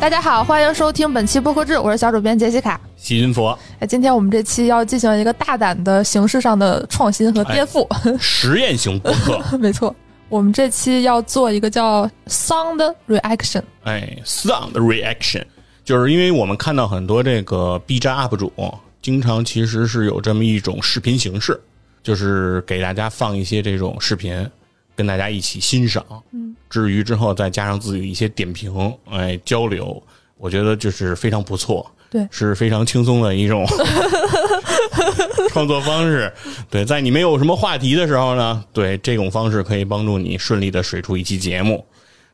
大家好，欢迎收听本期播客制，我是小主编杰西卡。喜云佛，哎，今天我们这期要进行一个大胆的形式上的创新和颠覆，实验型播客， 没错。我们这期要做一个叫 “sound reaction”，哎，sound reaction，就是因为我们看到很多这个 B 站 UP 主，经常其实是有这么一种视频形式，就是给大家放一些这种视频，跟大家一起欣赏。嗯，至于之后再加上自己的一些点评，哎，交流，我觉得就是非常不错。对是非常轻松的一种创作方式。对，在你没有什么话题的时候呢，对这种方式可以帮助你顺利的水出一期节目。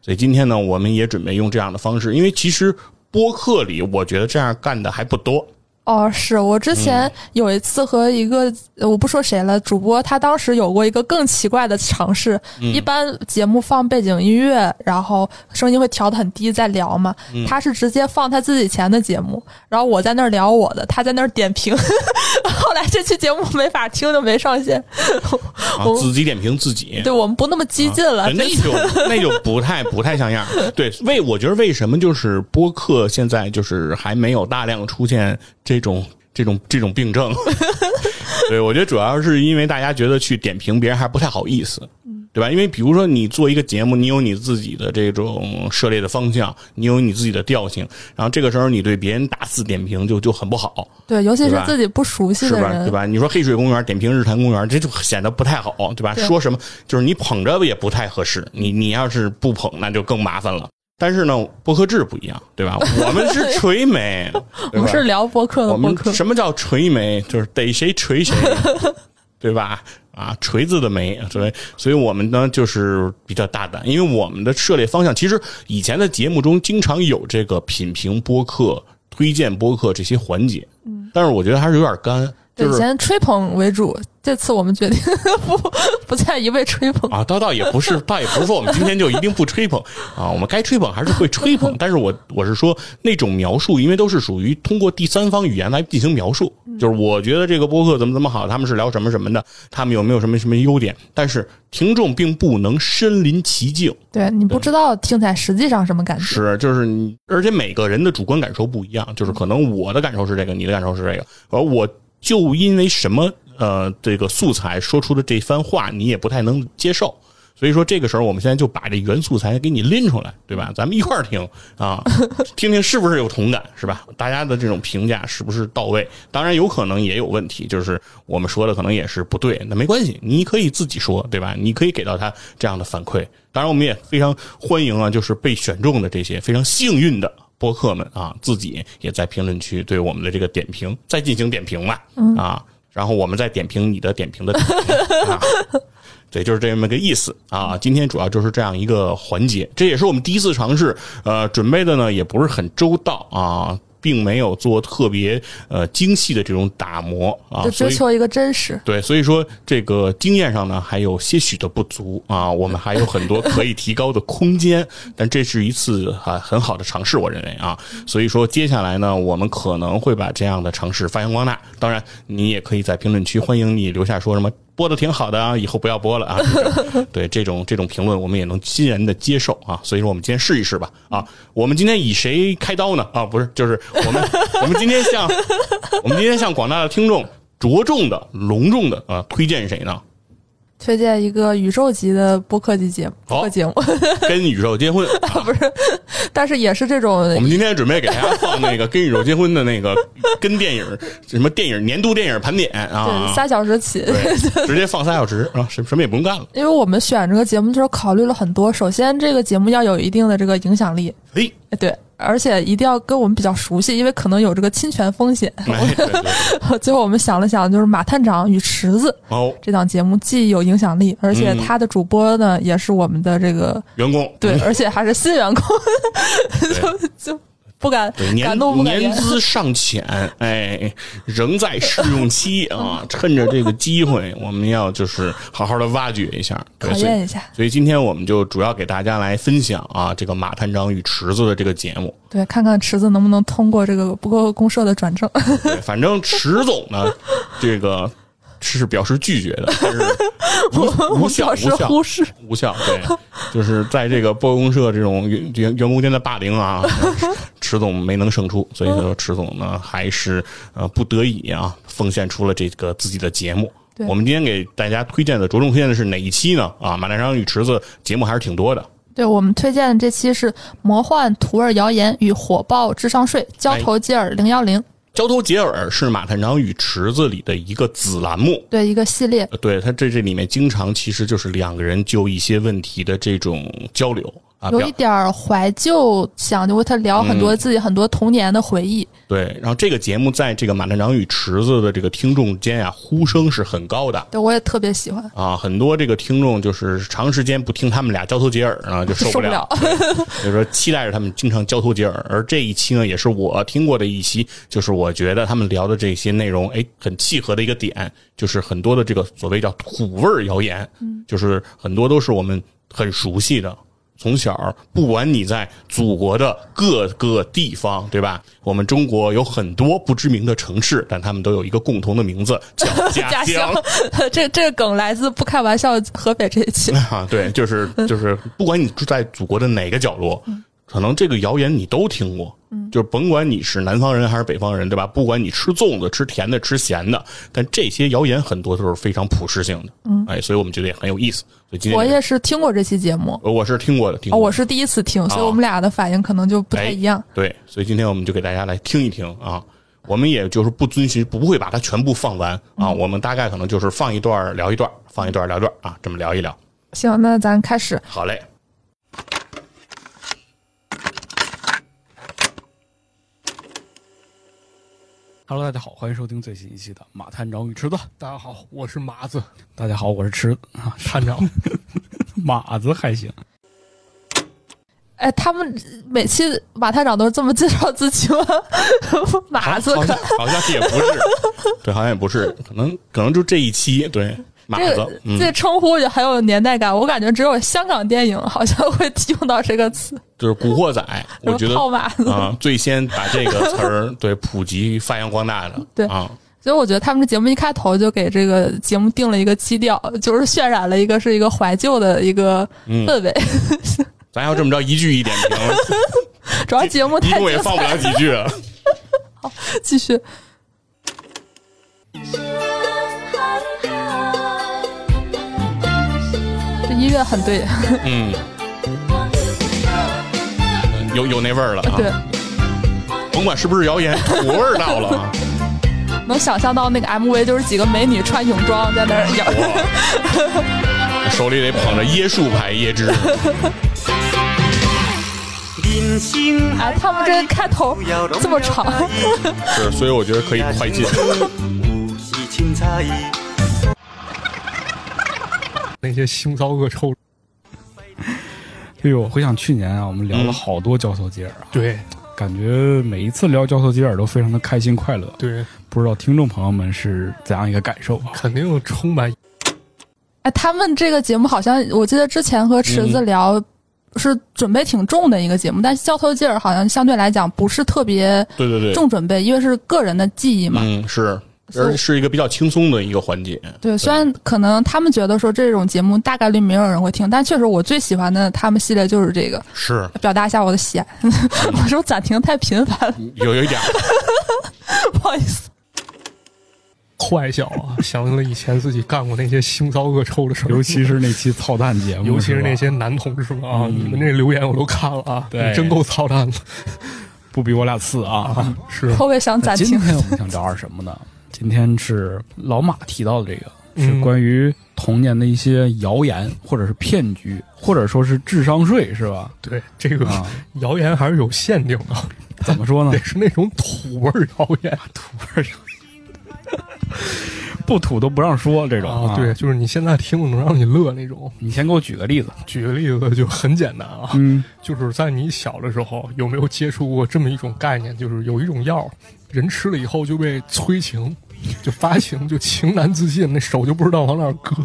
所以今天呢，我们也准备用这样的方式，因为其实播客里我觉得这样干的还不多。哦，是我嗯之前有一次和一个、呃我不说谁了，主播他当时有过一个更奇怪的尝试。嗯一般节目放背景音乐，然后声音会调的很低再聊嘛，嗯他是直接放他自己以前的节目，然后我在那儿聊我的，他在那儿点评。 后来这期节目没法听，就没上 线。啊我，自己点评自己，对我们不那么激进了，对那就那就不太不太像样儿。对，为我觉得为什么就是播客现在就是还没有大量出现这种这种这种病症？ 对，我觉得主要是因为大家觉得去点评别人还不太好意思，对吧？因为比如说你做一个节目，你有你自己的这种涉猎的方向，你有你自己的调性，然后这个时候你对别人大肆点评就就很不好。对，尤其对是吧自己不熟悉是的吧？对人，吧？你说黑水公园点评日坛公园，这就显得不太好，对吧？对说什么就是你捧着也不太合适，你你要是不捧，那就更麻烦了。但是呢，播客制不一样， 对吧？我们是垂眉，我对们吧是聊播客我的播们客。什么叫垂眉？就是逮谁 锤谁，对吧？啊，锤子的眉，所以所以我们呢就是比较大胆，因为我们的涉猎方向其实以前的节目中经常有这个品评播客、推荐播客这些环节，嗯，但是我觉得还是有点干。对，就以是前吹捧为主，这次我们决定 不不再一味吹捧。 啊，倒倒也不是，倒也不是说我们今天就一定不吹捧啊，我们该吹捧还是会吹捧，但是我我是说那种描述，因为都是属于通过第三方语言来进行描述，就是我觉得这个播客怎么怎么好，他们是聊什么什么的，他们有没有什么什么优点，但是听众并不能身临其境，对你不知道听起来实际上什么感觉，是就是你，而且每个人的主观感受不一样，就是可能我的感受是这个，你的感受是这个，而我就因为什么呃这个素材说出的这番话，你也不太能接受。所以说这个时候，我们现在就把这原素材给你拎出来，对吧？咱们一块儿听啊，听听是不是有同感，是吧？大家的这种评价是不是到位？当然有可能也有问题，就是我们说的可能也是不对，那没关系，你可以自己说，对吧？你可以给到他这样的反馈。当然，我们也非常欢迎啊，就是被选中的这些非常幸运的播客们啊，自己也在评论区对我们的这个点评再进行点评吧，啊，然后我们再点评你的点评的点评啊。对，就是这么个意思啊。今天主要就是这样一个环节，这也是我们第一次尝试，呃，准备的呢也不是很周到啊，并没有做特别呃精细的这种打磨啊，就所追以求一个真实。对，所以说这个经验上呢还有些许的不足啊，我们还有很多可以提高的空间，但这是一次啊很好的尝试，我认为啊，所以说接下来呢，我们可能会把这样的尝试发扬光大。当然，你也可以在评论区欢迎你留下说什么播的挺好的啊，以后不要播了啊，这种对这种这种评论我们也能欣然的接受啊，所以说我们今天试一试吧啊，我们今天以谁开刀呢？啊，不是，就是我们我们今天向 我们今天向广大的听众着重的、隆重的啊，推荐谁 呢？推荐一个宇宙级的播客级节目，播客节目， 跟宇宙结婚。啊不是，但是也是这我种们今天准备给大家放那个跟宇宙结婚的那个跟电影什么电影年度电影盘点对啊，三小时起。对，直接放仨小时啊，什么什么也不用干了。因为我们选这个节目的时候考虑了很多，首先这个节目要有一定的这个影响力， 哎，对，而且一定要跟我们比较熟悉，因为可能有这个侵权风险。 哎对对对最后我们想了想，就是马探长与池子，哦，这档节目既有影响力，而嗯且他的主播呢、也是我们的这个员工对，而且还是新员工， 就就不敢对敢年怒不敢年言。资尚浅，哎，仍在试用期 啊，趁着这个机会，我们要就是好好的挖掘一下，对考所以验一下，所以今天我们就主要给大家来分享啊，这个马探长与池子的这个节目。对，看看池子能不能 通过这个不够公社的转正。对，反正池总呢，这个是表示拒绝的，但是 我无无我效表示无效忽视。无效，对， 就是在这个播公社这种员员员工间的霸凌啊，迟总没能胜出，所以嗯说迟总呢还是呃不得已啊，奉献出了这个自己的节目。对我们今天给大家推荐的着重推荐的是哪一期呢？啊，马大商与池子节目还是挺多的，对我们推荐的这期是《魔幻土味谣言与火爆智商税》，交头接耳零幺零，交头接耳是马探长与池子里的一个子栏目，呃对一个系列，对他这这里面经常其实就是两个人就一些问题的这种交流啊，有表嗯一点儿怀旧，想就为他聊很多自己很多童年的回忆。对，然后这个节目在这个马探长与池子的这个听众间啊，呼声是很高的。对，我也特别喜欢。啊，很多这个听众就是长时间不听他们俩交头接耳啊呢，就受不 了。所以说，期待着他们经常交头接耳。而这一期呢，也是我听过的一期，就是我觉得他们聊的这些内容，哎，很契合的一个点，就是很多的这个所谓叫土味儿谣言，就是很多都是我们很熟悉的。从小，不管你在祖国的各个地方，对吧？我们中国有很多不知名的城市，但他们都有一个共同的名字，叫家家乡乡。， 这这个梗来自不开玩笑河北这一期。啊， 对，就是就是，不管你住在祖国的哪个角落，嗯可能这个谣言你都听过，就是甭管你是南方人还是北方人，对吧？不管你吃粽子、吃甜的、吃咸的，但这些谣言很多都是非常普适性的，嗯，哎，所以我们觉得也很有意思。所以今天我也是听过这期节目，呃我是听过的，听哦，过的我是第一次听，哦所以我们俩的反应可能就不太一样。哎对，所以今天我们就给大家来听一听啊。我们也就是不遵循，不会把它全部放完啊。嗯我们大概可能就是放一段儿聊一段儿，放一段儿聊一段儿啊，这么聊一聊。行，那咱开始。好嘞， Hello，大家好，欢迎收听最新一期的《马探长与池子》。大家好，我是麻子大家好，我是池子啊，探长。 马子还行，哎，他们每期马探长都是这么介绍自己吗？ 马子好像好像也不是，对，好像也不是，可能可能就这一期对马这子个，嗯，这称呼也很有年代感，我感觉只有香港电影好像会用到这个词，就是《古惑仔》， 我觉什么得泡马子。啊、最先把这个词儿对普及发扬光大的， 对啊，所以我觉得他们这节目一开头就给这个节目定了一个基调，就是渲染了一个是一个怀旧的一个嗯氛围。 咱要这么着一句一点评，主要节目一太共也精放不彩，了几句了。继续。这音乐很对， 嗯，有有那味儿了啊，对，甭管是不是谣言，土味儿到了啊。能想象到那个 MV 就是几个美女穿泳装在那儿摇。哇，啊手里得捧着椰树牌椰汁，人 生哎，他们这开头这么长，是，所以我觉得可以快 进。有时凊彩，那些腥骚恶臭，哎呦，回想去年啊，我们聊了好多交头接耳啊，对感觉每一次聊交头接耳都非常的开心快乐。对，不知道听众朋友们是怎样一个感受 啊？肯定充满哎，他们这个节目好像我记得之前和池嗯子聊。是准备挺重的一个节目，但是交头接耳好像相对来讲不是特别对对对，重准备，因为是个人的记忆嘛。嗯，是，所以而是一个比较轻松的一个环节。对，虽然可能他们觉得说这种节目大概率没有人会听，但确实我最喜欢的他们系列就是这个，是表达一下我的喜爱。 我说暂停太频繁了，有有一点儿，不好意思。坏笑啊！想了以前自己干过那些腥骚恶臭的事儿，尤其是那期操蛋节目， 尤其是那些吧男同志们啊，你们这留言我都看了啊，对你真够操蛋的。不比我俩次 啊。是后卫想暂今停，天我们想聊点什么 呢？今天是老马提到的这个，是嗯关于童年的一些谣言，或者是骗局，或者说是智商税，是吧？对这个啊，谣言还是有限定的，怎么说呢 得？是那种土味儿谣言。土味儿，不土都不让说这种啊，对，，就是你现在听了能让你乐那种。你先给我举个例子。举个例子就很简单啊，嗯，就是在你小的时候，有没有接触过这么一种概念？就是有一种药，人吃了以后就被催情，就发情，就情难自禁，那手就不知道往哪儿搁，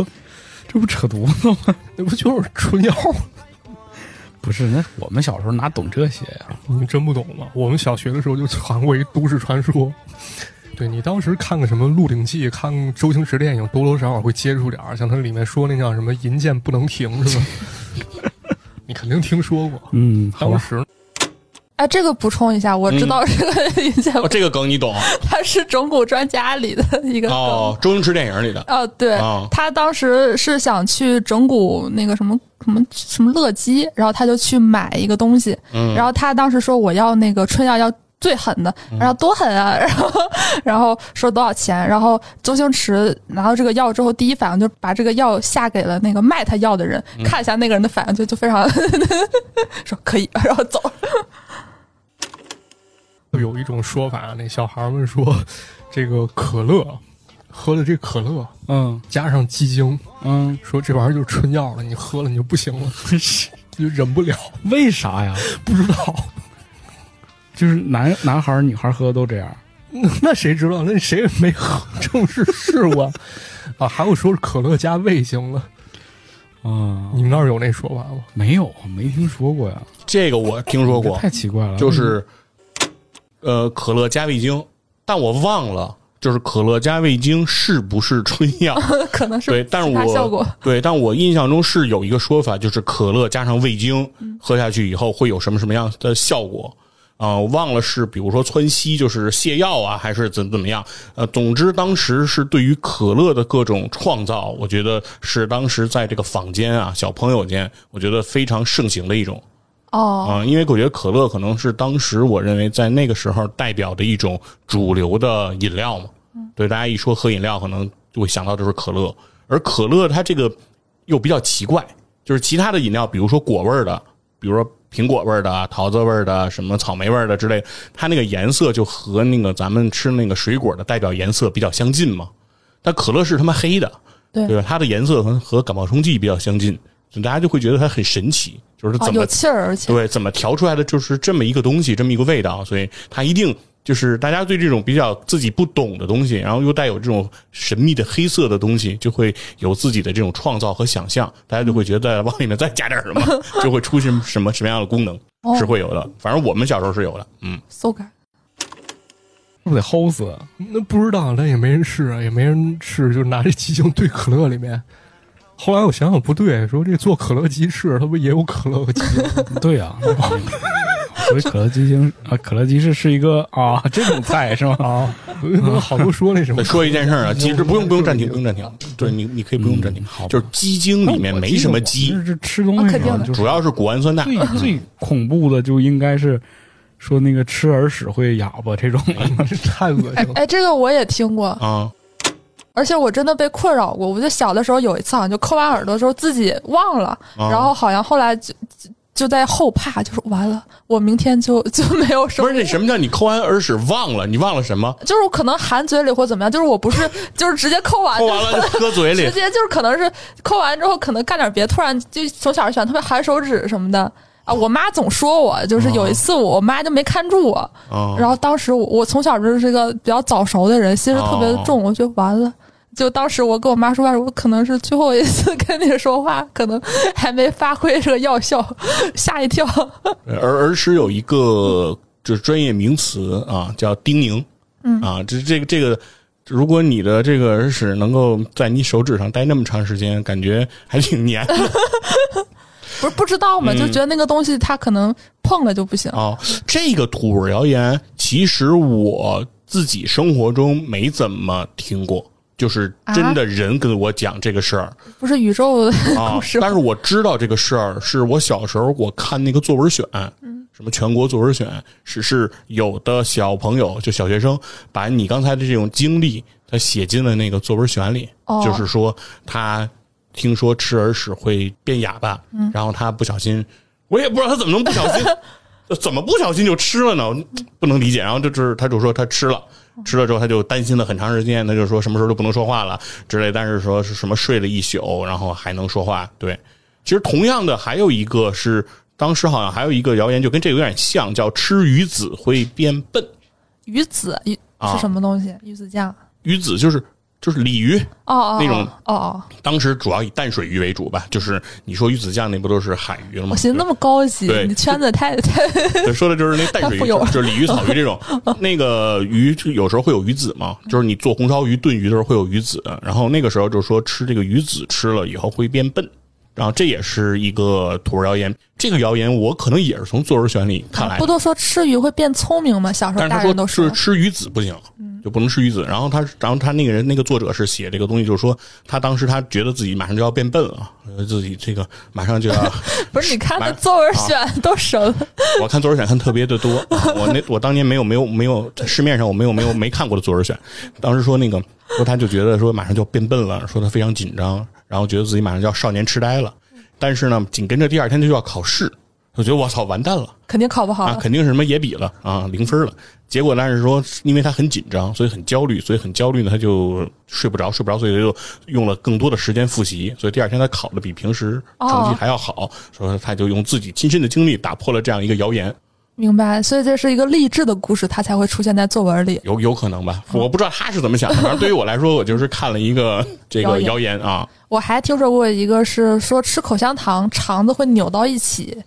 这不扯犊子吗？那不就是春药吗？ 不是，那我们小时候哪懂这些呀、你真不懂吗？我们小学的时候就传过一都市传说， 对你当时看个什么《鹿鼎记》，看周星驰电影，多多少少会接触点儿，像他里面说那叫什么“银剑不能停” 是吧？你肯定听说过。嗯，好当吧，时哎，这个补充一下，我知道这个尹建嗯哦，这个梗你懂他是整蛊专家里的一个梗。哦，周星驰电影里的哦，对，哦他当时是想去整蛊那个什么什么什么乐基，然后他就去买一个东西，嗯然后他当时说我要那个春药要最狠的，然后多狠啊，然后然后说多少钱，然后周星驰拿到这个药之后，第一反应就把这个药下给了那个卖他药的人，嗯看一下那个人的反应就就非常 说可以，然后走 了。就有一种说法，那小孩们说，这个可乐喝了这可乐嗯加上鸡精，嗯，说这玩意儿就是春药了，你喝了你就不行了，就忍不了，为啥呀？不知道。就是男男孩儿女孩儿喝都这样。那那谁知道？那谁也没喝正式试过 啊？还有说是可乐加味精了，啊、你们那儿有那说法吗？没有，没听说过呀，这个我听说过太，奇怪了。就是呃可乐加味精，但我忘了就是可乐加味精是不是春药？可能是对，但其是他我效果 对，但我印象中是有一个说法，就是可乐加上味精、嗯喝下去以后会有什么什么样的效果。啊、我忘了是比如说窜稀，就是泻药啊，还是怎怎么样？呃，总之当时是对于可乐的各种创造，我觉得是当时在这个坊间啊、小朋友间，我觉得非常盛行的一种哦。啊、因为我觉得可乐可能是当时我认为在那个时候代表的一种主流的饮料嘛。嗯对，大家一说喝饮料，可能就会想到就是可乐，而可乐它这个又比较奇怪，就是其他的饮料，比如说果味儿的，比如说苹果味儿的啊、桃子味儿的啊、什么草莓味儿的之类，它那个颜色就和那个咱们吃那个水果的代表颜色比较相近嘛。但可乐是他妈黑的，对吧？它的颜色和和感冒冲剂比较相近，就大家就会觉得它很神奇，就是哦，怎么有气儿，而且对，怎么调出来的就是这么一个东西，这么一个味道，所以它一定就是大家对这种比较自己不懂的东西，然后又带有这种神秘的黑色的东西，就会有自己的这种创造和想象，大家就会觉得往里面再加点什么， 就会出现什么什么样的功能，哦是会有的。反正我们小时候是有的，嗯，馊感。是不是得齁死？啊那不知道，但也没人试啊，也没人试，就是拿这鸡精兑可乐里面。后来我想想不对，说这做可乐鸡翅，它不也有可乐和鸡 精？对 呀、所以可乐鸡精啊，可乐鸡翅是一个啊这种菜是吗？嗯 啊，我好多说那什么再，说一件事儿啊，其实不用不用暂停，不用暂停，对你你可以不用暂停，嗯好吧就是鸡精里面没什么鸡这，这吃东啊西肯定嘛，的就是主要是谷氨酸钠。最最恐怖的就应该是说那个吃耳屎会哑巴这种。嗯这 太恶心哎了。哎，这个我也听过，啊，而且我真的被困扰过。我就小的时候有一次，好像就抠完耳朵之后自己忘了，啊然后好像后来就就就在后怕，就是完了，我明天就就没有什不么是。那什么叫你抠完耳屎忘了？你忘了什么？就是我可能含嘴里或怎么样，就是我不是就是直接抠完，抠完了就搁嘴就是里直，接就是可能是抠完之后可能干点别，突然就从小就喜欢特别含手指什么的啊。我妈总说我，就是有哦一次我妈就没看住我，啊然后当时我我从小就是一个比较早熟的人，心思特别重，哦我觉得完了。就当时我跟我妈说话，我可能是最后一次跟你说话，可能还没发挥这个药效， 吓一跳。 而儿时有一个就是专业名词啊，叫叮咛。嗯啊，这这个这个，如果你的这个耳屎能够在你手指上待那么长时间，感觉还挺黏的不是不知道嘛，嗯就觉得那个东西它可能碰了就不行。啊。这个土味谣言，其实我自己生活中没怎么听过，就是啊真的人跟我讲这个 事儿不是宇宙啊故事，但是我知道这个事儿，是我小时候我看那个作文选，什么全国作文选，是是有的小朋友就小学生把你刚才的这种经历，他写进了那个作文选里，哦就是说他听说吃耳屎会变哑巴，然后他不小心，我也不知道他怎么能不小心，怎么不小心就吃了呢？不能理解。然后就是他就说他吃了。吃了之后，他就担心了很长时间，他就说什么时候都不能说话了之类。但是说是什么睡了一宿，然后还能说话。对，其实同样的还有一个是，当时好像还有一个谣言，就跟这个有点像，叫吃鱼子会变笨。鱼子鱼啊是什么东西？鱼子酱鱼子就是就是鲤鱼，哦哦，那种哦哦，当时主要以淡水鱼为主吧，就是你说鱼子酱那不都是海鱼了吗？我寻思哦那么高级，对你圈子太 太对，说的就是那淡水富鱼，有了就是鲤鱼、草鱼 这种。那个鱼就有时候会有鱼籽嘛，就是你做红烧鱼、炖鱼的时候会有鱼籽，然后那个时候就说吃这个鱼籽吃了以后会变笨。然后这也是一个土味谣言，这个谣言我可能也是从作文选里看来不的，都说吃鱼会变聪明吗？小时但候是他大人说都嗯是吃鱼籽不行，就不能吃鱼籽。然后他，然后他那个人那个作者是写这个东西，就是说他当时他觉得自己马上就要变笨了，呃自己这个马上就要 不是？你看买啊那作文选都神了，我看作文选看特别的多，啊我那我当年没有没有没有在市面上我没有没有没看过的作文选，当时说那个说他就觉得说马上就要变笨了，说他非常紧张，然后觉得自己马上就要少年痴呆了，但是呢，紧跟着第二天他就要考试，我觉得我操完蛋了。肯定考不好啊，。肯定是什么野比了啊，零分了。结果但是说，因为他很紧张，所以很焦虑，所以很焦虑呢，他就睡不着，睡不着，所以就用了更多的时间复习，所以第二天他考的比平时哦成绩还要好，所以他就用自己亲身的经历打破了这样一个谣言，明白，所以这是一个励志的故事，它才会出现在作文里。有有可能哦吧？我不知道他是怎么想的， 反正对于我来说，我就是看了一个这个谣谣言啊，我还听说过一个是说吃口香糖肠子会扭到一起，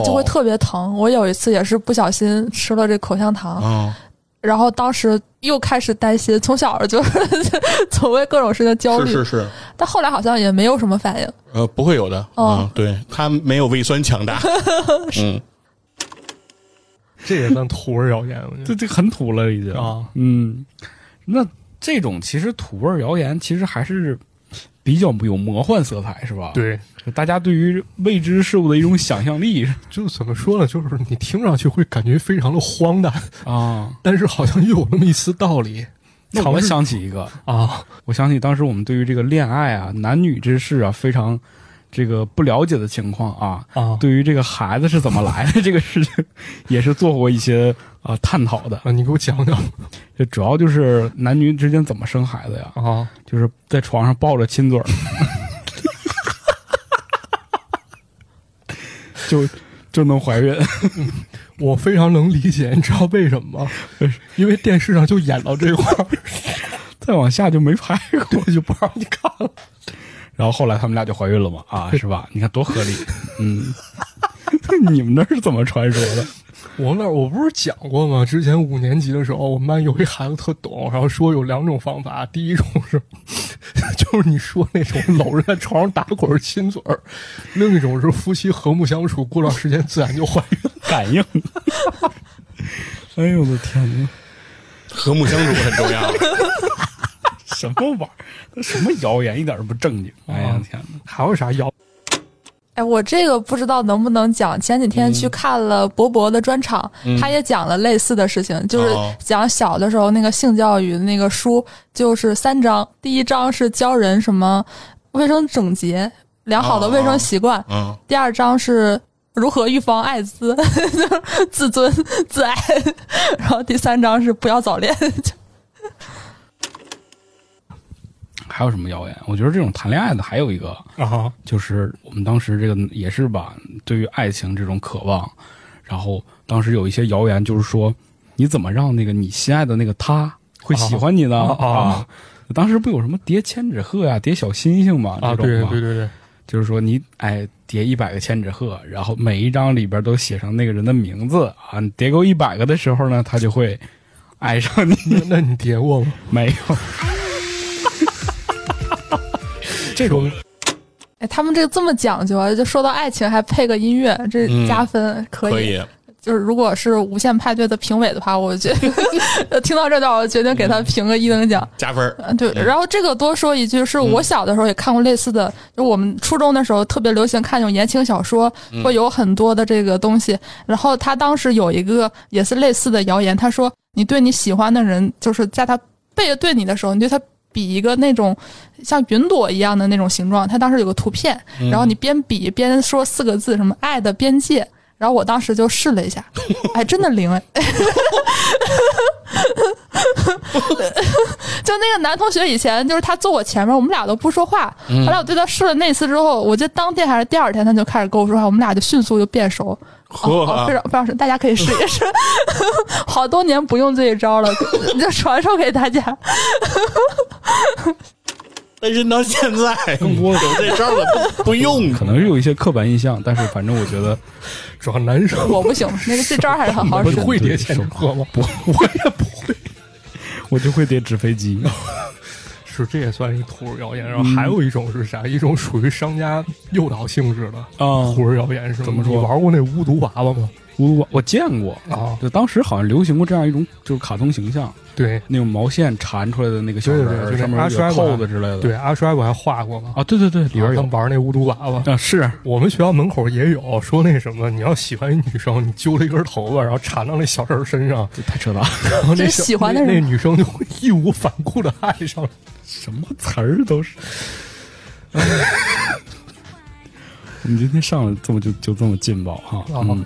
啊就会特别疼。我有一次也是不小心吃了这口香糖，啊，然后当时又开始担心，从小就 总为各种事情焦是虑，是是，但后来好像也没有什么反应。呃，不会有的，哦啊，对他没有胃酸强 大，嗯，这也算土味谣言，我觉这这很土了已经得啊，嗯，那这种其实土味儿谣言其实还是比较有魔幻色彩，是吧？，对，大家对于未知事物的一种想象力就怎么说呢？就是你听上去会感觉非常的荒诞，啊。但是好像又有那么一丝道理那我想起一个，啊。我想起当时我们对于这个恋爱啊、男女之事啊非常这个不了解的情况啊，啊对于这个孩子是怎么来的这个事情，也是做过一些啊、呃探讨的。啊，你给我讲讲就主要就是男女之间怎么生孩子呀，啊！就是在床上抱着亲嘴儿， 就就能怀孕。我非常能理解，你知道为什么吗？因为电视上就演到这块儿，再往下就没拍过， 就不让你看了。然后后来他们俩就怀孕了嘛，啊，是吧？你看多合理，嗯。 你们那儿是怎么传说的？我们那儿我不是讲过吗？之前五年级的时候，我们班有一孩子特懂，然后说有两种方法，第一种是， 就是你说那种搂着在床上打滚儿亲嘴儿；另一种是夫妻和睦相处，过段时间自然就怀孕。感应。 哎呦我的天哪！和睦相处很重要。什么玩意儿？什么谣言，一点都不正经！ 哎呀天哪！还有啥谣？哎，我这个不知道能不能讲。前几天嗯去看了博博的专场，他也讲了类似的事情，就是哦讲小的时候那个性教育的那个书，就是三章，第一章是教人什么卫生整洁、良好的卫生习惯，嗯，第二章是如何预防艾滋， 就是自尊自爱，然后第三章是不要早恋。 还有什么谣言？我觉得这种谈恋爱的还有一个， 啊，就是我们当时这个也是吧，对于爱情这种渴望，然后当时有一些谣言，就是说你怎么让那个你心爱的那个他会喜欢你呢？哦哦啊，当时不有什么叠千纸鹤呀、叠小星星嘛，啊，这种对对嘛对对，就是说你哎叠一百个千纸鹤，然后每一张里边都写上那个人的名字啊，你叠够一百个的时候呢，他就会爱上 你。那那你叠过吗？没有，这种哎，他们这个这么讲究啊，就说到爱情还配个音乐，这嗯加分、可可以，就是如果是无限派对的评委的话，我觉得 听到这段，我决定给他评个一等奖。加分儿。嗯，对。嗯然后这个多说一句，是我小的时候也看过类似的，就我们初中的时候特别流行看那种言情小说，会有很多的这个东西。然后他当时有一个也是类似的谣言，他说你对你喜欢的人，就是在他背对你的时候，你对他。比一个那种像云朵一样的那种形状，他当时有个图片，然后你边比边说四个字什么“爱的边界”，然后我当时就试了一下，哎，真的灵哎，就那个男同学以前就是他坐我前面，我们俩都不说话。嗯后来我对他试了那次之后，我记得当天还是第二天他就开始跟我说话，我们俩就迅速就变熟。呵啊哦，非常非常熟，大家可以试一 试。好多年不用这一招了，你就传授给大家。单身到现在， 我有这招了，不 不用，可能是有一些刻板印象，但是反正我觉得 主要难受。我不行，那个这招还是很好你使。 会叠千纸鹤吗？我 我也不会。我就会叠纸飞机。是，这也算是土味谣言。然后还有一种是啥？一种属于商家诱导性质的 啊土味谣言是吗？怎么说你玩过那巫毒娃娃吗？ 我我见过啊就当时好像流行过这样一种就是卡通形象，对那种毛线缠出来的那个小对人对儿，对，就上那面阿有衰扣子之类的。对，阿衰不还画过吗？啊，对对对，里边他有们玩那巫毒娃娃。啊是我们学校门口也有说那什么，你要喜欢一女生，你揪了一根头发，然后缠到那小人儿身上，这太扯淡了，然后那真小喜欢那的人那女生就会义无反顾的爱上了。什么词儿都是。 我们今天上来这么就就这么劲爆哈，啊嗯，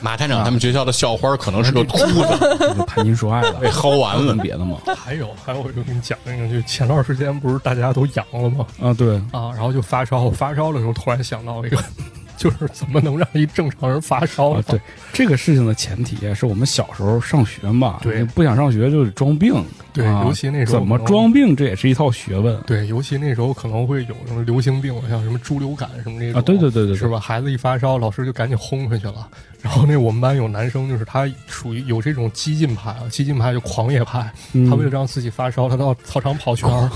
马探长他们学校的校花可能是个秃子，这个谈情说爱了，被薅完问了。别的吗？啊还有还有，我就给你讲一个，就前段时间不是大家都阳了吗？啊，对，啊，然后就发烧。我发烧的时候突然想到一个， 就是怎么能让一正常人发烧呢啊，对，这个事情的前提是我们小时候上学嘛，对你不想上学就得装病，对啊尤其那时候怎么装病，这也是一套学问。对尤其那时候可能会有什么流行病，像什么猪流感什么这种啊对对对对对是吧？孩子一发烧，老师就赶紧轰回去了。然后那我们班有男生，就是他属于有这种激进派啊，激进派就狂野派，嗯他为了让自己发烧，他到操场跑圈儿。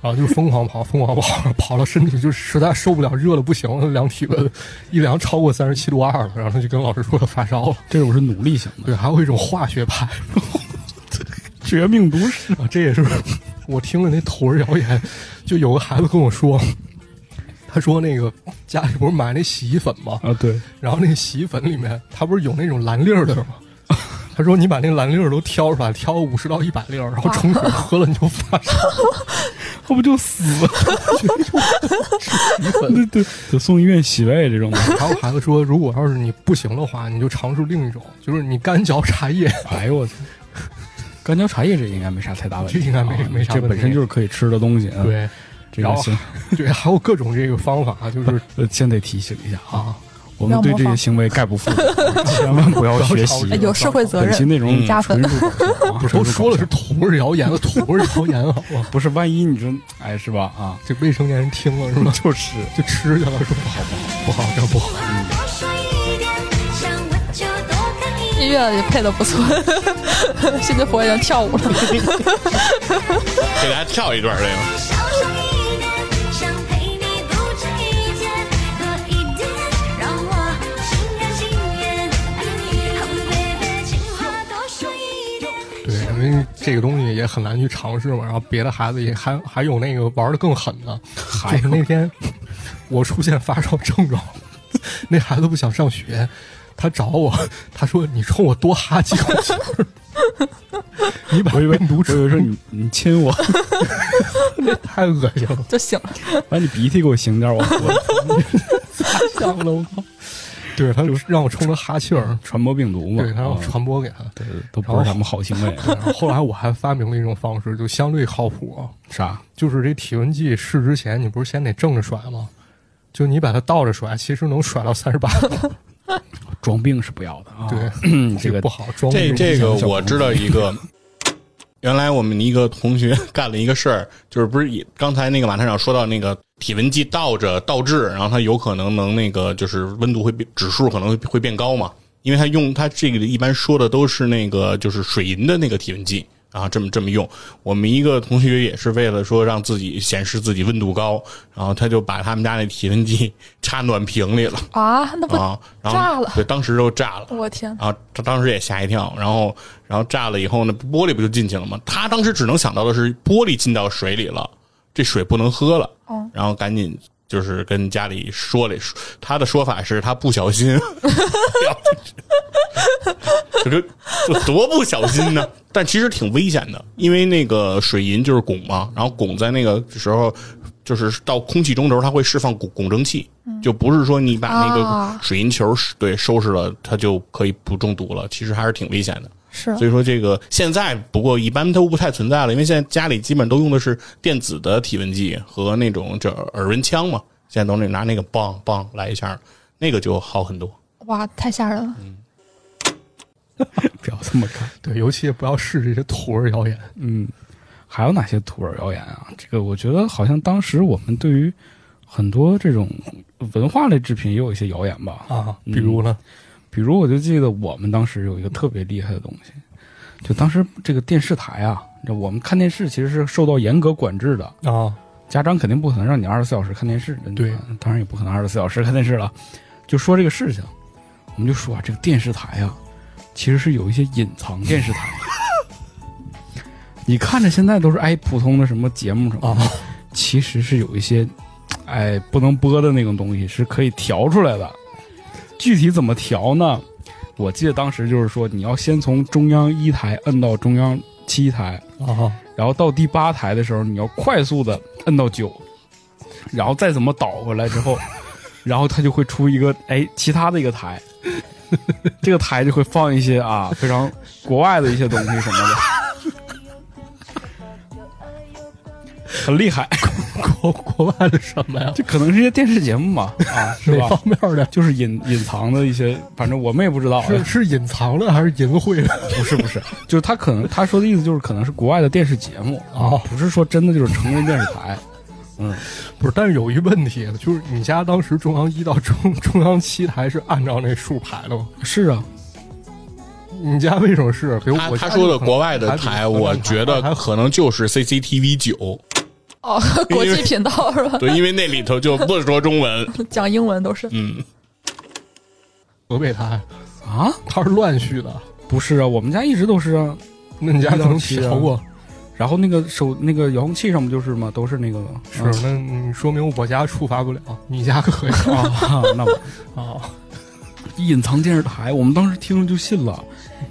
然后就疯狂跑，疯狂跑， 跑到身体就实在受不了，热的不行了，量体温一量超过三十七度二了，然后他就跟老师说他发烧了。这种是努力型的，对，还有一种化学派，绝命毒师啊，这也是我听了那土儿谣言，就有个孩子跟我说，他说那个家里不是买那洗衣粉吗？啊，对，然后那洗衣粉里面它不是有那种蓝粒儿的吗？ 他说你把那蓝粒儿都挑出来，挑五十到一百粒儿，然后冲水喝了你就发烧。 他不就死了？ 对对，就送医院洗胃这种的。然后孩子说，如果要是你不行的话，你就尝试另一种，就是你干嚼茶叶。哎呦我操！干椒茶叶这应该没啥太大问题啊，这应该没没啥这问题本身就是可以吃的东西啊。，对，这然个后行， 对，还有各种这个方法，啊就是呃，先得提醒一下啊，啊，我们对这些行为概不负责， 千万不要学习啊 不要。有社会责本期任，内容嗯加分纯属搞笑啊， 不是都说了是土味儿谣言了，土味儿谣言好吗？不是，万一你说，哎，是吧？啊，这未成年人听了是吗？就是就吃去了，说不好不好，这不好。多说一点，想我就多看一 音眼。乐也配的不错，现在佛也能跳舞了。给大家跳一段这个。少说一点，想陪你不止一天。多一点，让我心甘情愿爱你。Oh baby，情话多说一点。对，因为这个东西也很难去尝试嘛。然后别的孩子也还还有那个玩的更狠的，就是那天我出现发烧症状，那孩子不想上学，他找我，他说你冲我多哈几口气儿，你把我以为病毒我以为说吃，你你亲 我，太恶心了，就醒了，把你鼻涕给我擤点儿，我 我太香了，我靠！对他让我冲他哈气儿，传播病毒嘛，对他让我啊传播给他。对都不是什么好行 为。然后后来我还发明了一种方式，就相对靠谱，啥？就是这体温计试之前，你不是先得正着甩吗？就你把它倒着甩，其实能甩到三 十八度。装病是不要的啊。对 这个不好嗯装这病这个我知道一 个，原来我们一个同学干了一个事儿，就是不是也刚才那个马探长说到那个体温计倒着倒置，然后它有可能能那个就是温度会变指数可能会会变高嘛，因为他用他这个一般说的都是那个就是水银的那个体温计。啊，这么这么用，我们一个同学也是为了说让自己显示自己温度高，然后他就把他们家那体温计插暖瓶里了啊，那不啊，然后炸了对，当时就炸了，我天，然后他当时也吓一跳，然后然后炸了以后呢，玻璃不就进去了吗？他当时只能想到的是玻璃进到水里了，这水不能喝了，然后赶紧就是跟家里说了，说他的说法是他不小心 掉进去，这个这多不小心呢？但其实挺危险的，因为那个水银就是汞嘛，然后汞在那个时候。就是到空气中的时候，它会释放汞汞蒸气，就不是说你把那个啊水银球是对收拾了，它就可以不中毒了。其实还是挺危险的。是所以说这个现在不过一般都不太存在了，因为现在家里基本都用的是电子的体温计和那种这耳温枪嘛，现在都那拿那个梆梆来一下，那个就好很多。哇，太吓人了。不要这么看。对，尤其也不要试这些徒儿谣言。嗯，还有哪些土耳谣言啊？这个我觉得好像当时我们对于很多这种文化类制品也有一些谣言吧。啊，嗯比如呢，比如我就记得我们当时有一个特别厉害的东西，就当时这个电视台啊，这我们看电视其实是受到严格管制的，啊，家长肯定不可能让你二十四小时看电视，对，当然也不可能二十四小时看电视了。就说这个事情，我们就说啊，这个电视台啊，其实是有一些隐藏电视台。你看着现在都是哎普通的什么节目什么的，啊其实是有一些哎不能播的那种东西是可以调出来的。具体怎么调呢？我记得当时就是说，你要先从中央一台摁到中央七台，啊，然后到第八台的时候，你要快速的摁到九，然后再怎么倒回来之 后，然后它就会出一个哎其他的一个台， 这个台就会放一些啊非常国外的一些东西什么的， 很厉 害，国国外的什么呀？这可能是一些电视节目嘛啊是哪吧方？面的？就是隐隐藏的一些，反正我们也不知道，是是隐藏的还是淫秽的？不是不是， 就是他可能他说的意思就是可能是国外的电视节目啊哦不是说真的就是成人电视台。 不是，但是有一问题，就是你家当时中央一到中中央七台是按照那数排的吗？是啊，你家为什么是？给我他我他家说就的可能国外的还比台，可能我还觉得还可能就是 CCTV 九，哦，国际频道是吧？对，因为那里头就不说中文，讲英文都是。嗯，河北台，啊，它是乱序的。不是啊，我们家一直都是啊。那你家可能啊调过，然后那个手那个遥控器上不就是吗？都是那个嗯吗是那你说明我家触发不了，你家 可以啊啊，那我 啊。隐藏电视台，我们当时听了就信 了，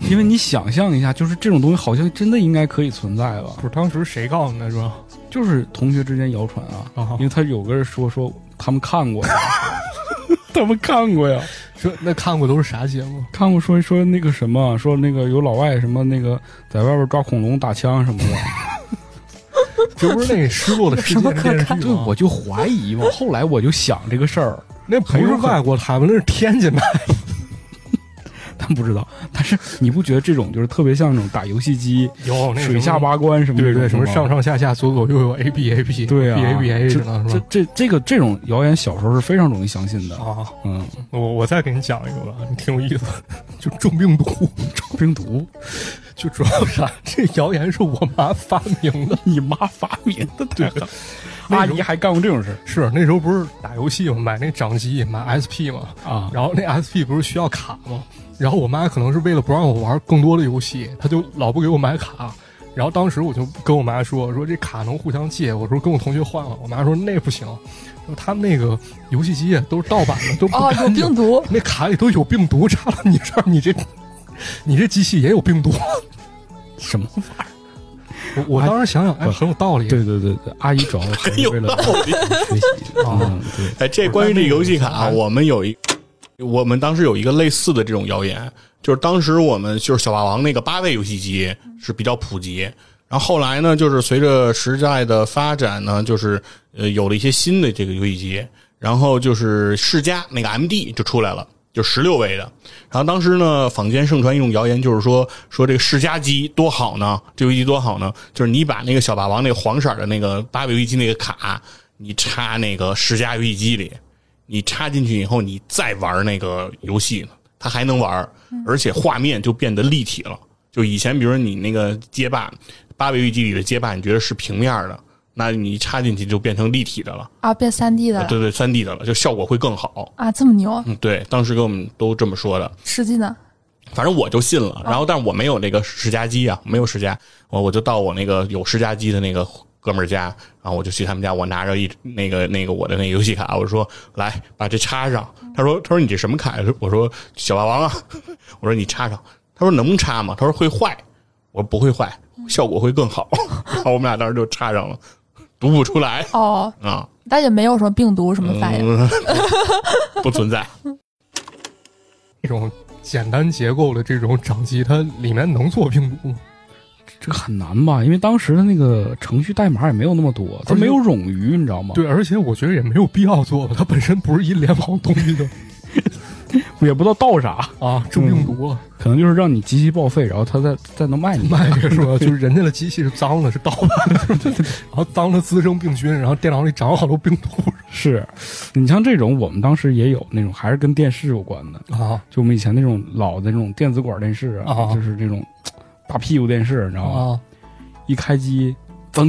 因为你想象一下，就是这种东西好像真的应该可以存在吧不？是当时谁告诉你的是吧？就是同学之间谣传啊，啊因为他有个人说说他们看 过呀，他们看过呀，说那看过都是啥节目？看过说说那个什么，说那个有老外什么那个在外边抓恐龙打枪什么的。 这不是那失落的世 界的电视剧对，吗我？ 就怀疑嘛。后来我就想这个事儿，那不是外国台吗？那是天津台。但不知道。但是你不觉得这种就是特别像那种打游戏机、 有水下八关什么对这种对，什么吗上上下下左左右右 A B A B 对啊 B A B A 这知道是这吧？这这个这种谣言小时候是非常容易相信的。啊，嗯，我我再给你讲一个吧，你挺有意思的， 就中病毒，冰毒，就主要啥？这谣言是我妈发明的，你妈发明的，对吧？ 阿姨还干过这种事儿是那时候不是打游戏嘛，买那掌机买 SP 嘛，啊？然后那 SP 不是需要卡吗？然后我妈可能是为了不让我玩更多的游戏，她就老不给我买卡。然后当时我就跟我妈说：“说这卡能互相借。”我说跟我同学换了。我妈说那不行，说他们那个游戏机啊都是盗版的，都不哦，有干净病毒。那卡里都有病毒，插到你这儿，你这你这机器也有病毒。什么？我我当时想想，哎，不很有道理。对对对对，阿姨主要还 是为了学 习啊嗯，对，哎，这关于这游戏卡啊，我们有一，我们当时有一个类似的这种谣言，就是当时我们就是小霸王那个八位游戏机是比较普及，然后后来呢，就是随着时代的发展呢，就是呃有了一些新的这个游戏机，然后就是世嘉那个 MD 就出来了。就十六位的，然后当时呢，坊间盛传一种谣言，就是说说这个世嘉机多好呢，这游戏机多好呢，就是你把那个小霸王那个黄色的那个八位游戏机那个卡，你插那个世嘉游戏机里，你插进去以后，你再玩那个游戏呢，它还能玩，而且画面就变得立体了。就以前，比如说你那个街霸八位游戏机里的街霸，你觉得是平面的，那你一插进去就变成立体的了，啊，变三 D 的啊了对对，三 D 的了，就效果会更好。啊，这么牛，嗯，对，当时给我们都这么说的。吃鸡呢？反正我就信嗯了。然后，但是我没有那个世家机啊，没有世家，我我就到我那个有世家机的那个哥们儿家，然后我就去他们家，我拿着一那个那个我的那个游戏卡，我说来把这插上。嗯他说他说你这什么卡呀？我说小霸王啊。我说你插上。他说能插吗？他说会坏。我说不会坏，嗯效果会 更好。然后我们俩当时就插上了，读不出来哦，啊，但也没有什嗯么病毒什么反应。嗯，不存在。那种简单结构的这种掌机，它里面能做病毒吗？这个很难吧？因为当时的那个程序代码也没有那么多，它而且没有冗余，你知道吗？，对，而且我觉得也没有必要做吧，它本身不是一联网东西的也不知道道啥，啊，治病毒 了，可能就是让你机器报废，然后它再再能卖你。卖这个是吧？就是人家的机器是脏的，是盗 版的，然后当着滋生病菌，然后电脑里长好多病毒是，你像这种，我们当时也有那种，还是跟电视有关的，啊就我们以前那种老的那种电子管电视啊就是这种大屁股电视，你知道吗？啊！一开机，噌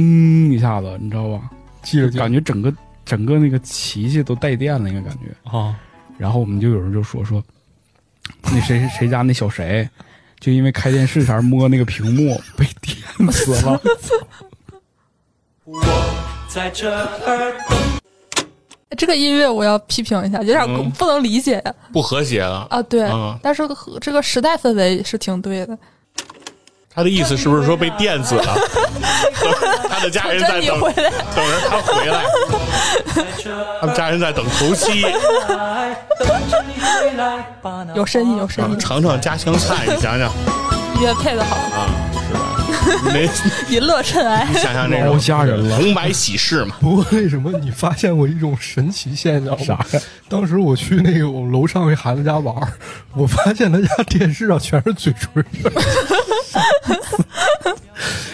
一下子，你知道吧？记着记着感觉整个整个那个琪琪都带电了，那个感觉。啊，然后我们就有人就说说，那谁谁家那小谁，就因为开电视前摸那个屏幕被电死了。在这儿哎这个音乐我要批评一下，有点嗯不能理解、不和谐了。 啊。对，嗯但是和这个时代氛围是挺对的。他的意思是不是说被电死了？他的家人在等你等回来，等着他回来，他们家人在等头七，有深意，有深啊意，尝尝家乡菜，你想想音乐配的好，啊，是吧？没淫乐尘埃。想想那种老吓人了红白喜事嘛， 不过为什么你发现过一种神奇现象？啥？当时我去那个我楼上一孩子家玩儿，我发现他家电视上全是嘴唇儿。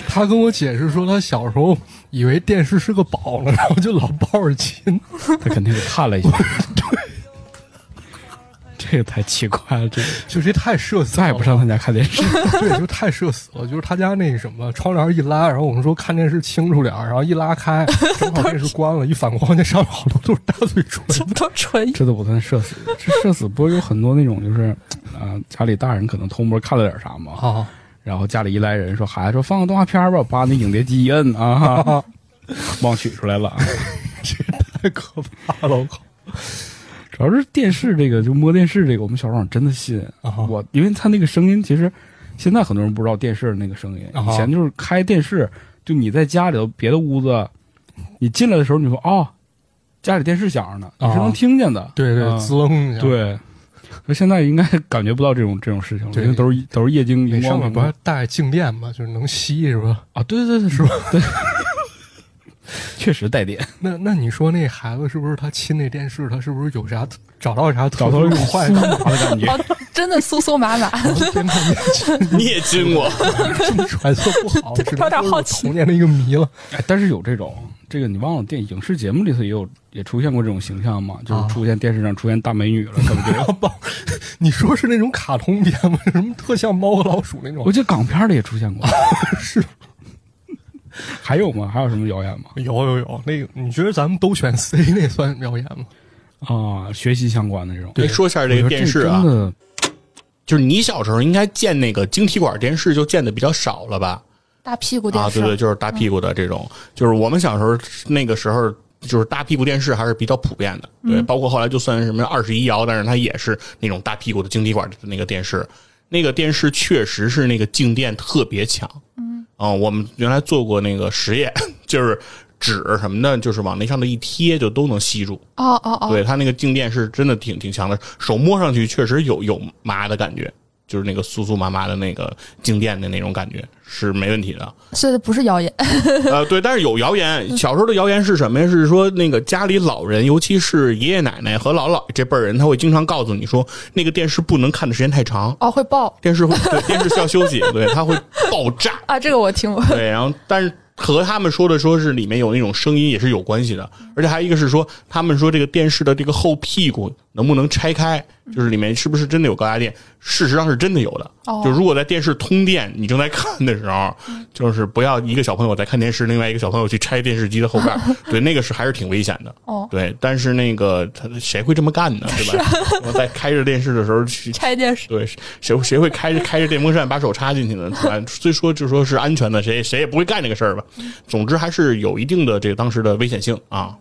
他跟我解释说，他小时候以为电视是个宝呢，然后就老抱着亲。他肯定是看了一下。这个太奇怪了，这个就这太社死了，再也不上他家看电视。对，就太社死了。就是他家那什么窗帘一拉，然后我们说看电视清楚点儿，然后一 拉开，正好电视关了，一反光，那上面好多都是大嘴唇。 什么都纯 这都不算社死，这社死不是有很多那种就是，啊、家里大人可能偷摸看了点啥嘛，啊，然后家里一来人说孩子说放个动画片吧，把那影碟机一摁啊， 忘取出来了啊。太可怕了！我靠，主要是电视这个，就摸电视这个，我们小时候真的信。啊哈我因为他那个声音，其实现在很多人不知道电视那个声音，啊哈以前就是开电视，就你在家里头别的屋子，你进来的时候你说哦，家里电视响着呢，你啊是能听见的。对对，啊滋楞一下。对。那现在应该感觉不到这种这种事情了，对因为都是都是液晶那荧上光面屏不还带静电吗？就是能吸是吧？啊，对对对， 是吧？对，确实带电，那那你说那孩子是不是他亲那电视，他是不是有啥找到啥找到有一种坏酥 的？麻的感觉。哦，真的酥酥麻麻。嗯边看边亲，你也经过，这么揣测不 好，对只能有点说是好我奇童年的一个谜了。哎，但是有这种，这个你忘了电影视节目里头也有也出现过这种形象嘛，就是啊出现电视上出现大美女了，对不对？然 后抱，你说是那种卡通片吗？什么特像猫和老鼠那种我？记得港片里也出现过，是， 还有吗？还有什么谣言吗？有有有，那个你觉得咱们都选 C 那算表演吗？啊，学习相关的这种。哎说一下这个我觉得电视啊真，的就是你小时候应该见那个晶体管电视就见的比较少了吧？ 大屁股啊，电视，嗯对对，就是大屁股的这种，就是我们小时候那个时候。就是大屁股电视还是比较普遍的，对，嗯包括后来就算什么二十一摇，但是它也是那种大屁股的晶体管的那个电视，那个电视确实是那个静电特别强，嗯，啊、我们原来做过那个实验， 就是纸什么的，就是往那上头一贴就都能吸住，哦哦哦，对，它那个静电是真的挺挺强的，手摸上去确实有有麻的感觉，就是那个酥酥麻麻的那个静电的那种感觉是没问题的。所以不是谣言，呃，对，但是有谣言，小时候的谣言是什么呀？是说那个家里老人，尤其是爷爷奶奶和姥姥姥爷这辈儿人，他会经常告诉你说，那个电视不能看的时间太长，哦会爆电视会对电视需要休息，对，它会爆炸。啊，这个我听过。 对，然后但是和他们说的说是里面有那种声音也是有关系的，而且还有一个是说，他们说这个电视的这个后屁股能不能拆开，嗯就是里面是不是真的有高压电？事实上是真的有的。哦嗯就如果在电视通电，你正在看的时候，就是不要一个小朋友在看电视，另外一个小朋友去拆电视机的后盖 儿，对，那个是还是挺危险的。哦对，但是那个他谁会这么干呢？对吧？ 我在开着电视的时候去拆电视， 对，谁谁会开着开着电风扇把手插进去呢？ 啊，虽说就说是安全的，谁谁也不会干这个事儿吧。总之还是有一定的这个当时的危险性啊。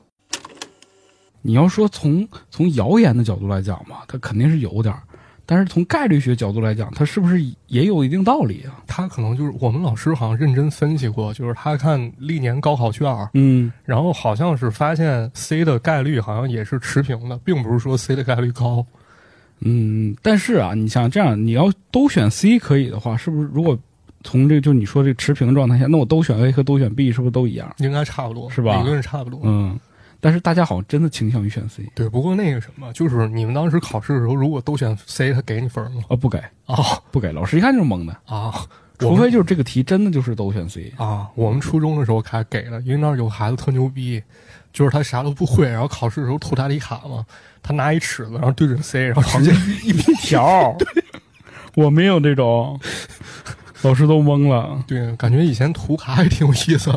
你要说从从谣言的角度来讲嘛，它肯定是有点儿，但是从概率学角度来讲，它是不是也有一定道理啊？他可能就是我们老师好像认真分析过，就是他看历年高考卷儿，嗯，然后好像是发现 C 的概率好像也是持平的，并不是说 C 的概率高。嗯，但是啊，你像这样，你要都选 C 可以的话，是不是？如果从这个就你说这个持平的状态下，那我都选 A 和都选 B 是不是都一样？应该差不多，是吧理论差不多。嗯，但是大家好像真的倾向于选 C 对，不过那个什么，就是你们当时考试的时候，如果都选 C，他给你分吗？啊，不给哦不给，老师一看就是蒙的，啊，我除们非就是这个题真的就是都选 C。啊，我们初中的时候开始给了，因为那儿有孩子特牛逼，就是他啥都不会，然后考试的时候偷答题卡嘛，他拿一尺子，然后对准 C，然后直接一批 条。我没有这种，老师都懵 了。对，感觉以前涂卡也挺有意思。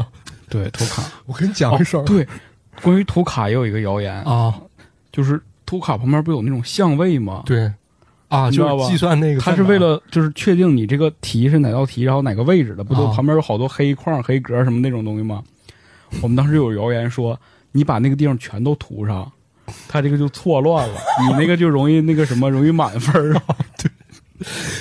对，涂卡。我跟你讲个事儿、对，关于涂卡也有一个谣言，啊，就是涂卡旁边不是有那种相位吗？对啊，你知道就吧是计算那个在哪它儿，是为了就是确定你这个题是哪道题，然后哪个位置的，不就啊旁边有好多黑框、黑格什么那种东西吗？我们当时有谣言说， 你把那个地方全都涂上，它这个就错乱了，你那个就容易那个什么，容易满分儿。啊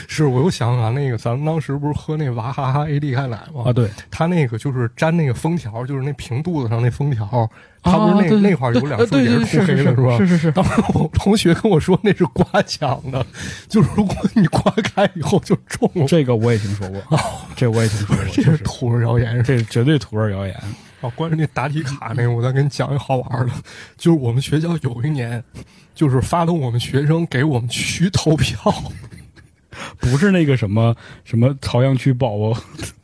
是我又想起来那个，咱们当时不是喝那娃哈哈 AD 钙奶吗？啊，对，他那个就是粘那个封条，就是那平肚子上那封条，他不是那、啊对那块儿有两处对也对涂黑的，是吧？是是是，当时我同学跟我说那是刮奖的，就是如果你刮开以后就中了，嗯这个我也听说过， 这我也听说过，哦 这就是土味谣言。这是绝对徒儿谣言。啊，关于那答题卡那个，我再给你讲一个好玩的，就是我们学校有一年，就是发动我们学生给我们区投票，不是那个什么什么朝阳区宝宝，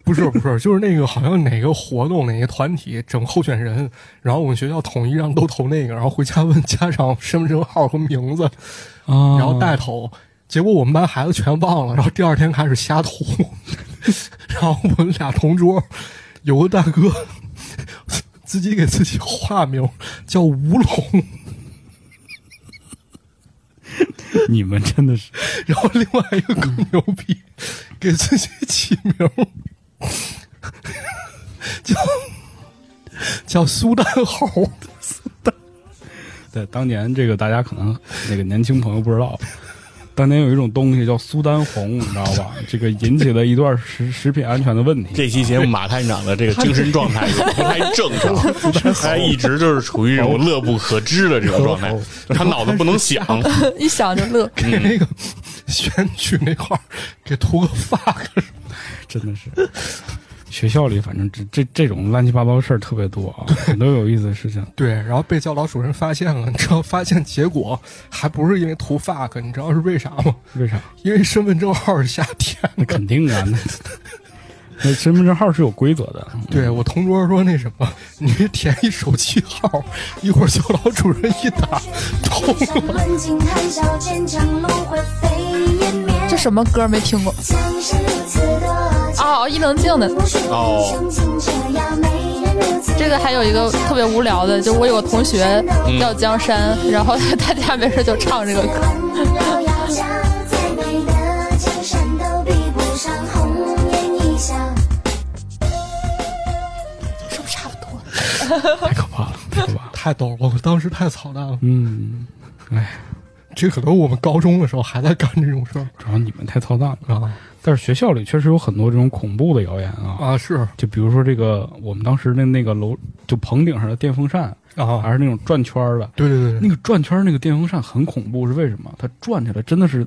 不是不是，就是那个好像哪个活动哪个团体整候选人，然后我们学校统一让都投那个，然后回家问家长身份证号和名字， 啊然后带头。结果我们班孩子全忘了，然后第二天开始瞎涂， 然后我们俩同桌有个大哥自己给自己化名叫吴龙，你们真的是然后另外一个更牛逼，给自己起名叫叫苏丹猴。在当年这个大家可能那个年轻朋友不知道，当年有一种东西叫苏丹红，你知道吧？这个引起了一段食食品安全的问题。这期节目马探长的这个精神状态也 不太正常，他一直就是处于这种乐不可支的这种状 态，他脑子不能想。一想就乐。给那个选举那块儿给涂个 fuck，真的是。学校里反正这这这种乱七八糟事儿特别多啊，很多有意思的事情。对，然后被教导主任发现了，你知道发现结果还不是因为涂 fuck，你知道是为啥吗？ 为啥？因为身份证号是瞎填那的。肯定啊，那 那身份证号是有规则的。对我同桌说那什么，你填一手机号，一会儿教导主任一打 通上了。论尽谈笑间，长龙灰飞烟灭。这什么歌没听过？将生死多情哦，伊能静的。不是无声尽折腰，没人留自这个还有一个特别无聊的，就我有个同学嗯叫江山，然后他家没事就 唱这个歌。绕腰伤，再美的江山都比不上红颜一笑。是不是差不多？太可怕了，太可怕了。太逗了，我当时太操蛋了。嗯，哎，这可能我们高中的时候还在干这种事儿主要你们太操蛋了。啊但是学校里确实有很多这种恐怖的谣言啊，啊是就比如说这个我们当时的那个楼，就棚顶上的电风扇，还啊，是那种转圈儿的，对对对那对，个转圈儿那个电风扇很恐怖，是为什么？它转起来真的是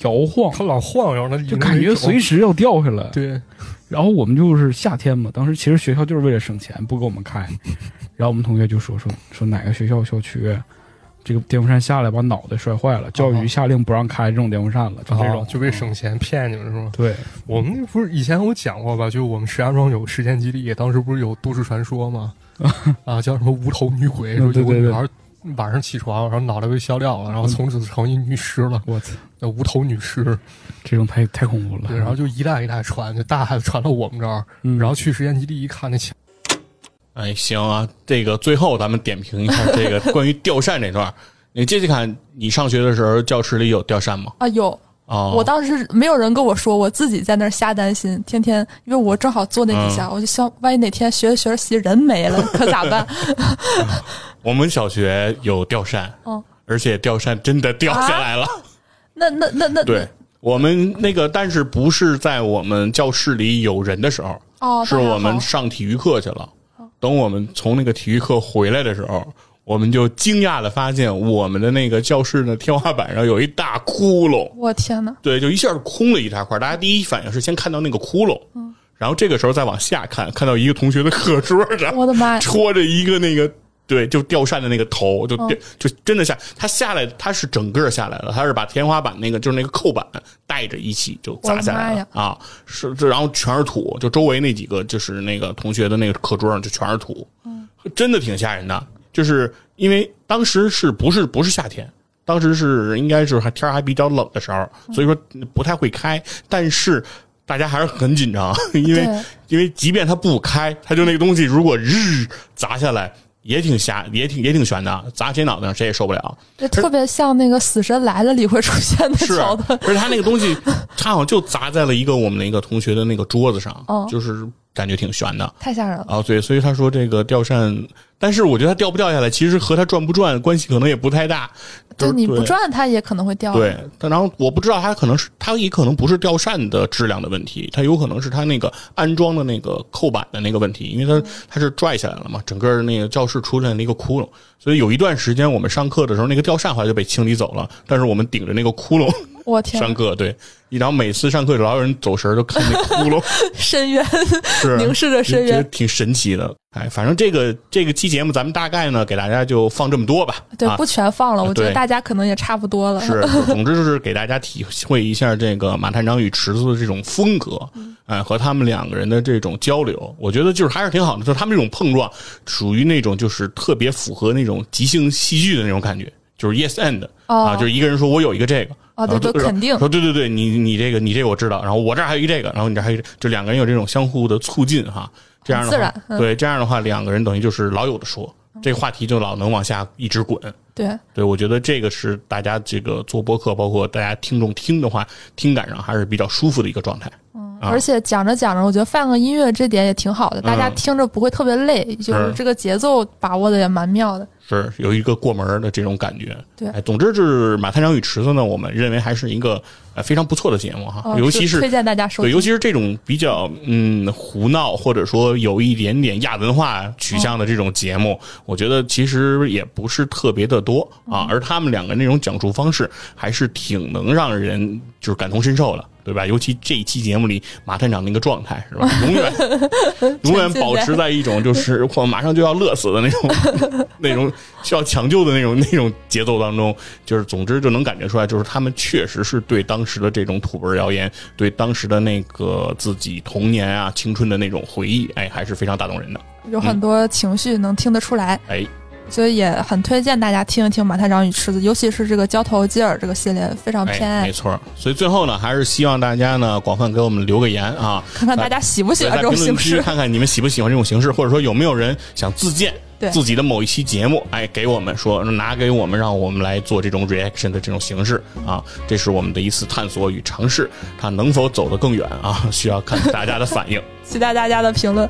摇晃，他老晃悠，那就感觉随时时啊要掉下来。对。然后我们就是夏天嘛，当时其实学校就是为了省钱，不给我们 开。然后我们同学就说说说哪个学校校区，这个电风扇下来把脑袋摔坏了，教啊育局下令不让开这种电风扇了，就这种就为省钱骗你们是吗？对，我们那不是以前我讲过吧？就我们石家庄有实验基地，当时不是有都市传说 吗？啊，叫什么无头女鬼，说嗯对有个对嗯女对孩晚上起床，然后脑袋被削掉了，然后从此成一女尸了，我操，那无头女尸。这种太太恐怖了。对，然后就一代一代传，就大孩子传到我们这儿，嗯然后去实验基地一看，那墙哎，行啊，这个最后咱们点评一下这个关于吊扇这段儿。你杰西卡，你上学的时候教室里有吊扇吗？啊，有。哦，我当时没有人跟我说，我自己在那儿瞎担心，天天因为我正好坐那嗯底下，我就想，万一哪天学着学着习人没 了，可咋办？我们小学有吊扇，哦而且吊扇真的掉下来啊了。那那那 那对，我们那个，但是不是在我们教室里有人的时候，哦，是那还我们好上体育课去了。等我们从那个体育课回来的时候，我们就惊讶的发现，我们的那个教室的天花板上有一大窟窿，我天哪！对，就一下就空了一大块。大家第一反应是先看到那个窟窿，嗯然后这个时候再往下看，看到一个同学的课桌上，我的妈呀戳着一个那个。对，就吊扇的那个头，哦就、掉，就真的下，他下来，他是整个下来了，他是把天花板那个就是那个扣板带着一起就砸下我的妈来了呀啊，是这，然后全是土，就周围那几个就是那个同学的那个课桌上就全是土，嗯真的挺吓人的。就是因为当时是不是不是夏天，当时是应该是还天儿还比较冷的时候，嗯所以说不太会开，但是大家还是很紧张， 因为对因为即便它不开，它就那个东西如果日砸下来。也挺吓，也挺也挺悬的，砸谁脑袋上谁也受不了。这特别像那个《死神来了》里会出现的是，桥 段。而且他那个东西，他好像就砸在了一个我们那个同学的那个桌子上，哦就是感觉挺悬的。太吓人了，啊，对，所以他说这个吊扇，但是我觉得它掉不掉下来，其实和它转不转关系可能也不太大。就就是你对不转它也可能会掉。对，但然后我不知道它可能是它也可能不是吊扇的质量的问题，它有可能是它那个安装的那个扣板的那个问题，因为嗯它它是拽下来了嘛，整个那个教室出现了一个窟窿，所以有一段时间我们上课的时候，那个吊扇好像就被清理走了，但是我们顶着那个窟窿我天 上，课，对，然后每次上课老有人走神儿就看那窟 窿，深渊是啊凝视着深觉得渊，挺神奇的。哎，反正这个这个期节目，咱们大概呢给大家就放这么多吧。对，啊不、全放了，我觉对得大家可能也差不多了。 是，总之就是给大家体会一下这个马探长与池子的这种风格，嗯哎，和他们两个人的这种交流，我觉得就是还是挺好的。就是他们这种碰撞，属于那种就是特别符合那种即兴戏剧的那种感觉，就是 yes and、哦啊，就是一个人说我有一个这个。哦对然后啊就呃都肯定说对对对，你你这个你这个我知道，然后我这儿还有一这个，然后你这儿还有一这，就两个人有这种相互的促进哈，这样的话自然嗯对这样的话，两个人等于就是老有的说，这个话题就老能往下一直滚。对，对，我觉得这个是大家这个做播客，包括大家听众听的话，听感上还是比较舒服的一个状态。啊而且讲着讲着，我觉得放个音乐这点也挺好的，大家嗯听着不会特别累，就是是这个节奏把握的也蛮妙的。是有一个过门儿的这种感觉。对哎，总之就是《马探长与池子》呢，我们认为还是一个呃非常不错的节目哈，哦啊尤其是推荐大家收对，听尤。其是这种比较嗯胡闹或者说有一点点亚文化哦取向的这种节目，我觉得其实也不是特别的多嗯啊。而他们两个那种讲述方式，还是挺能让人就是感同身受的，对吧？尤其这一期节目里马探长那个状态是吧，永远永远保持在一种就是 我马上就要乐死的那种 那种需要抢救的那种那种节奏当中，就是总之就能感觉出来，就是他们确实是对当时的这种土味儿谣言，对当时的那个自己童年啊、青春的那种回忆，哎，还是非常打动人的。有很多情绪能听得出来，哎，所以也很推荐大家听一听《马探长与狮子》，尤其是这个交头接耳这个系列，非常偏哎，爱没。错儿。所以最后呢，还是希望大家呢广泛给我们留个言啊，看看大家喜不喜对欢在这评种论形区式。看看你们喜不喜欢这种形式，或者说有没有人想自荐对自己的某一期节目，哎，给我们说拿给我们，让我们来做这种 reaction 的这种形式啊，这是我们的一次探索与尝试，它能否走得更远啊，需要看大家的反应。期待大家的评论。